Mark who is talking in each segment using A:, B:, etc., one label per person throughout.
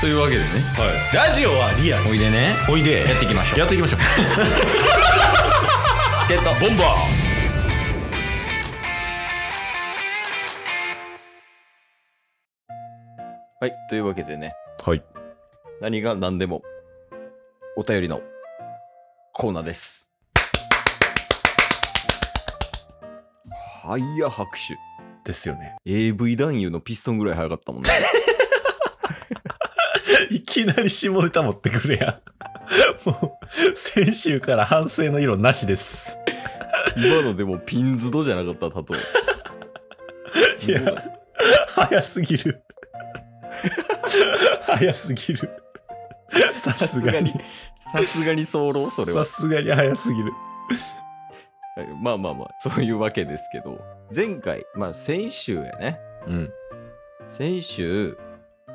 A: というわけでね
B: ラジオはリアル
A: おいでね
B: おいで
A: やっていきましょう
B: やっていきましょう
A: チケットボンバーはいというわけでね
B: はい
A: 何が何でもお便りのコーナーですはいや拍手
B: ですよね
A: AV 男優のピストンぐらい早かったもん ね
B: いきなり下ネタ持ってくるやんもう先週から反省の色なしです
A: 今のでもピンズドじゃなかった例えす
B: い
A: ごい
B: や早すぎる早すぎるさ
A: さ
B: す
A: す
B: が
A: が
B: に
A: にさすがに早漏それは
B: さすがに早すぎる
A: はいまあまあまあ、 そういうわけですけど、前回、まあ先週やね。
B: うん
A: 先週、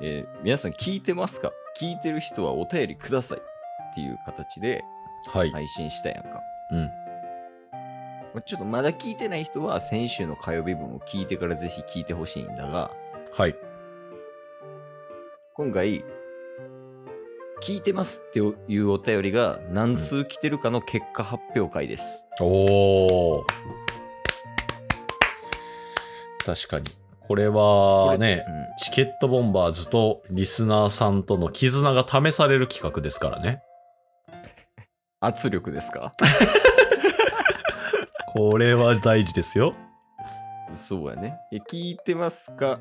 A: えー皆さん聞いてますか聞いてる人はお便りくださいっていう形で
B: はい、
A: 配信したやんか。
B: うん
A: まあちょっとまだ聞いてない人は先週の火曜日分を聞いてからぜひ聞いてほしいんだが、
B: はい
A: 今回、聞いてますっていうお便りが何通来てるかの結果発表会です。
B: おお確かにこれはね
A: うん
B: チケットボンバーズとリスナーさんとの絆が試される企画ですからね
A: 圧力ですか
B: これは大事ですよ
A: そうやね。え聞いてますか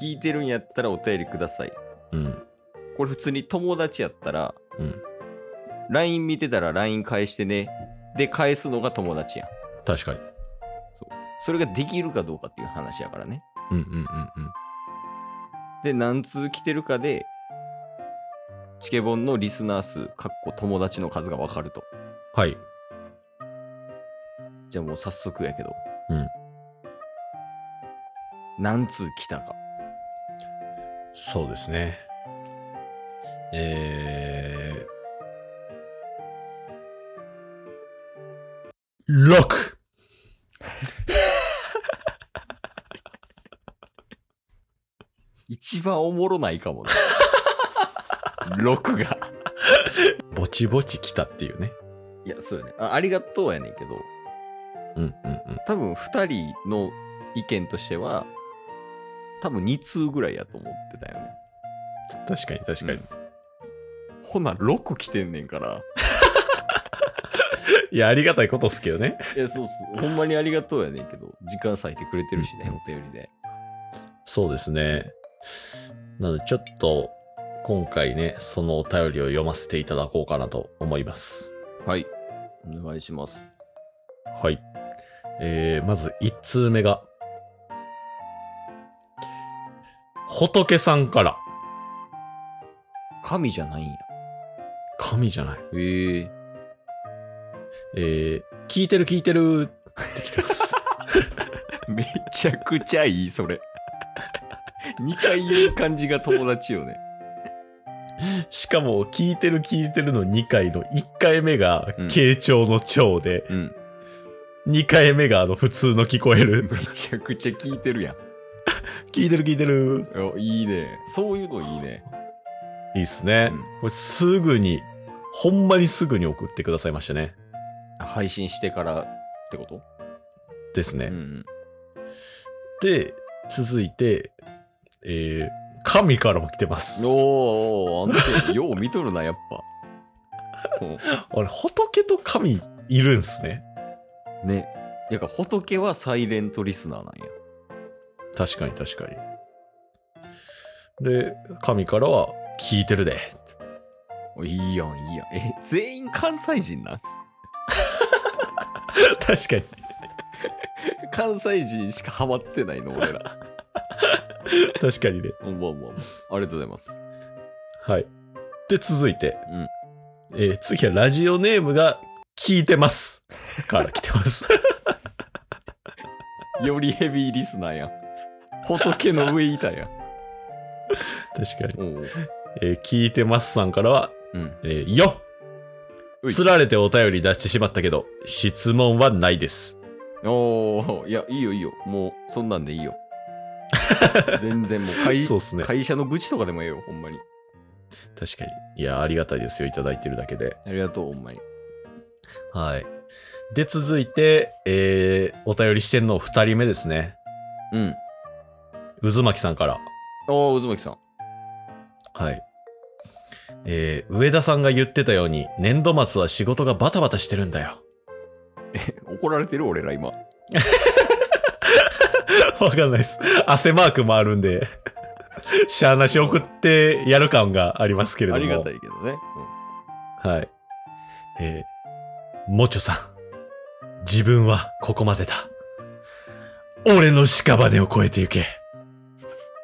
A: 聞いてるんやったらお便りください。
B: うん
A: これ普通に友達やったら、
B: うん、
A: LINE 見てたら LINE 返してね。で、返すのが友達やん。
B: 確かに
A: それができるかどうかっていう話やからね。
B: うんうんうんうん
A: で、何通来てるかで、チケボンのリスナー数、かっこ友達の数がわかると。
B: はい
A: じゃあもう早速やけど。
B: うん。
A: 何通来たか。
B: そうですねえー、6!
A: 一番おもろないか もね。6が。
B: ぼちぼち来たっていうね
A: いや、そうやね。あありがとうやねんけど。
B: うんうんうん
A: 多分2人の意見としては多分2通ぐらいやと思ってたよね
B: 確かに確かに、
A: ほな6来てんねんから
B: いやありがたいことっすけどね
A: いやそうそうほんまにありがとうやねんけど時間割いてくれてるしね
B: うん
A: お便りで
B: そうですね。なので、ちょっと、今回ね、そのお便りを読ませていただこうかなと思います。
A: はいお願いします
B: はい。えー、まず、1通目が、仏さんから。
A: 神じゃないんや
B: 神じゃない。
A: へえ
B: えー、聞いてる聞いてるって来て ます。
A: めちゃくちゃいいそれ2回言う感じが友達よね
B: しかも、聞いてる聞いてるの2回の1回目が
A: うん、
B: 慶長の長で、
A: うん
B: 2回目が、あの、普通の聞こえる。
A: めちゃくちゃ聞いてるやん
B: 聞いてる聞いてる
A: おいいねそういうのいいね
B: いいっすね。
A: うん
B: これすぐに、ほんまにすぐに送ってくださいましたね。
A: 配信してからってこと
B: ですね。
A: うんうん
B: で、続いて、えー、神からも来てます。
A: おーおーあんたよう見とるなやっぱうん
B: あれ、仏と神いるんすね。
A: ねやから仏はサイレントリスナーなんや
B: 確かに確かに。で、神からは、聞いてるで。
A: おいいやんいいやんえ全員関西人なん
B: 確かに。
A: 関西人しかハマってないの俺ら
B: 確かにね。
A: うんまあまあまあありがとうございます
B: はい。で、続いて、
A: うん
B: えー次はラジオネームが、聞いてます。から来て ます。
A: よりヘビーリスナーやん仏の上いたやん
B: 確かに。
A: おう
B: えー聞いてますさんからは、
A: うん
B: えーよ
A: うい
B: つられてお便り出してしまったけど、質問はないです。
A: おおいやいいよいいよもうそんなんでいいよ全然もう会
B: そうっすね
A: 会社の愚痴とかでもええよほんまに
B: 確かに。いや、ありがたいですよ。いただいてるだけで。
A: ありがとう、ほんまに。
B: はい。で、続いて、えー、お便りしてんの2人目ですね。
A: うん。
B: 渦巻さんから。
A: おー、渦巻さん。
B: はい。えー、上田さんが言ってたように、年度末は仕事がバタバタしてるんだよ。
A: 怒られてる俺ら今。
B: わかんないです。汗マークもあるんで、 しゃあなし送ってやる感がありますけれど
A: あ
B: も。
A: りがた
B: い。
A: いけどね。
B: はい。えー、もちょさん。自分はここまでだ。俺の屍を越えてゆけ。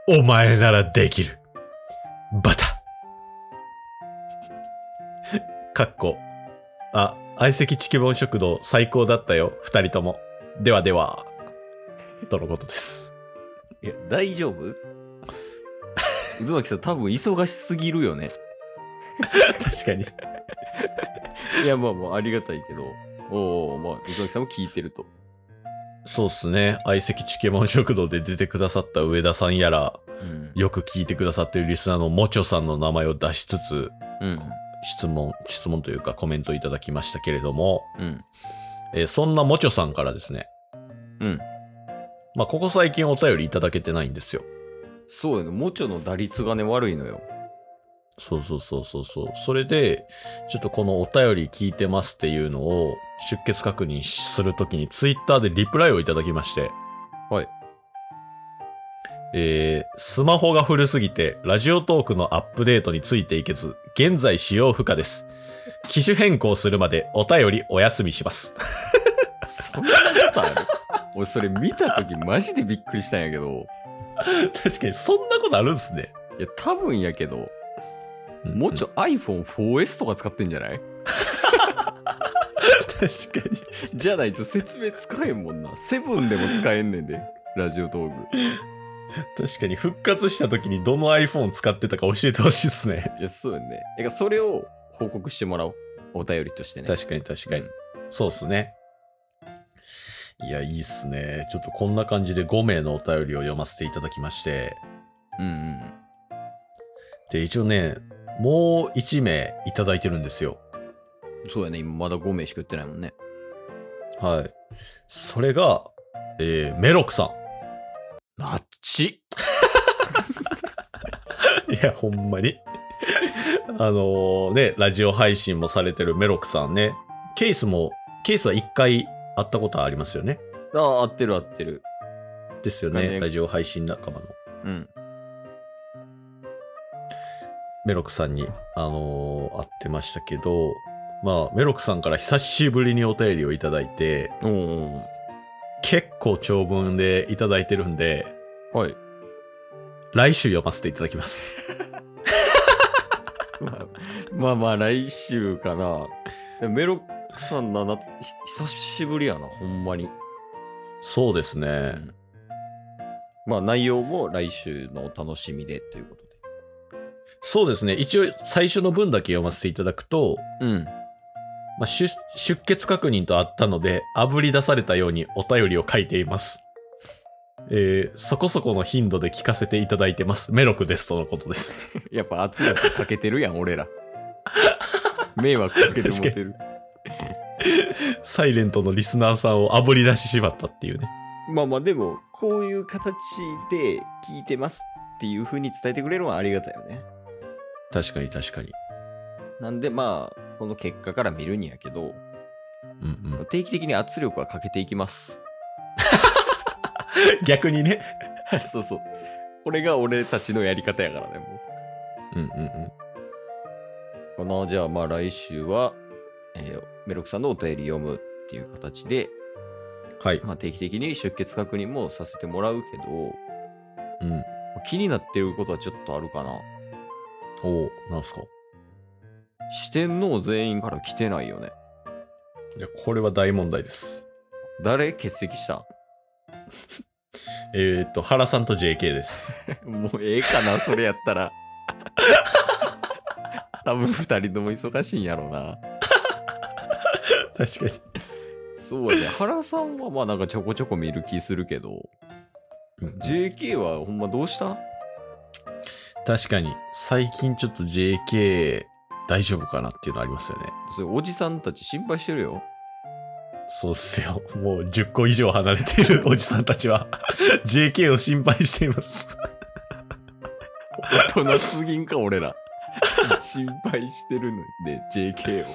B: お前ならできる。バタ。かっこ。あ、相席チケボン食堂最高だったよ。二人とも。ではでは。とのことです。
A: うん。いや、大丈夫 渦巻さん、多分忙しすぎるよね。
B: 確かに。
A: いや、まあまあ、ありがたいけど。おー、まあ、渦巻さんも聞いてると。
B: そうっすね。相席チケモン食堂で出てくださった上田さんやら、
A: うん。
B: よく聞いてくださってるリスナーのもちょさんの名前を出しつつ、
A: うん。
B: 質問、質問というかコメントいただきましたけれども、
A: うん。
B: えーそんなもちょさんからですね。
A: うん。
B: まあ、ここ最近お便りいただけてないんですよ。
A: そうやね。もちょの打率がね、悪いのよ。
B: そうそうそうそうそう。それで、ちょっとこのお便り聞いてますっていうのを出血確認するときにツイッターでリプライをいただきまして。
A: はい。
B: えー、スマホが古すぎて、ラジオトークのアップデートについていけず、現在使用不可です。機種変更するまでお便りお休みします。
A: そんなことある 俺、それ見たときマジでびっくりしたんやけど。
B: 確かに、そんなことあるんですね。
A: いや、多分やけど、もち
B: ょ。
A: ょ iPhone4S とか使ってんじゃない
B: 確かに。
A: じゃないと説明使えんもんな。セブンでも使えんねんで、ラジオトーク。
B: 確かに、復活したときにどの iPhone 使ってたか教えてほしいですね。
A: いや、そうよね。だからそれを報告してもらおう。お便りとしてね。
B: 確かに確かに。そうっすね。いや、いいっすね。ちょっとこんな感じで5名のお便りを読ませていただきまして。
A: うんうん
B: で、一応ね、もう1名いただいてるんですよ。
A: うん。そうやね。今まだ5名しか言ってないもんね。
B: はい。それが、えーメロクさ
A: なっち。
B: ん。 いや、ほんまに。あのね、ラジオ配信もされてるメロクさんね。ケースも、ケースは1回会ったことはありますよね。
A: ああ、合ってる合ってる。
B: ですよ
A: ね
B: ね、ラジオ配信仲間の。
A: うん。
B: メロクさんに、あのー会ってましたけど、まあ、メロクさんから久しぶりにお便りをいただいて、
A: おー
B: 結構長文でいただいてるんで、
A: はい。
B: 来週読ませていただきます。
A: まあまあまあ、来週かな。でもメロックさんなな、ひ久しぶりやな、ほんまに。
B: そうですね。
A: まあ、内容も来週のお楽しみでということで。
B: そうですね。一応、最初の文だけ読ませていただくと、
A: うん。
B: まあ、出出血確認とあったので、あぶり出されたようにお便りを書いています。えー、そこそこの頻度で聞かせていただいてます。メロクですとのことです。
A: やっぱ圧力かけてるやん、 俺ら。迷惑かけてもてる。
B: サイレントのリスナーさんをあぶり出してしまったっていうね。
A: まあまあ、でも、こういう形で聞いてますっていう風に伝えてくれるのはありがたいよね。
B: 確かに確かに。
A: なんで、まあ、この結果から見るんやけど、
B: うんうん、
A: 定期的に圧力はかけていきます。
B: 逆にね。
A: そうそう。これが俺たちのやり方やからね、も
B: うんうんうん。
A: う。この、じゃあまあ来週は、えーメロクさんのお便り読むっていう形で、
B: はい。
A: まあ定期的に出血確認もさせてもらうけど、
B: うん。
A: 気になってることはちょっとあるかな。
B: おお、なんすか。
A: 四天王全員から来てないよね。
B: いや、これは大問題です。
A: 誰欠席した
B: えー、っと、原さんと JK です。
A: もうええかな、それやったら。 多分二人とも忙しいんやろうな。
B: 確かに。
A: そうやね。原さんはまあなんかちょこちょこ見る気するけど、JK はほんまどうした
B: 確かに、最近ちょっと JK 大丈夫かなっていうのありますよね。
A: それおじさんたち心配してるよ。
B: そうっすよ。もう10個以上離れてい るおじさんたちは、JK を心配しています。
A: 大人すぎんか、俺ら。 心配してるので、JK を。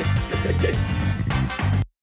C: す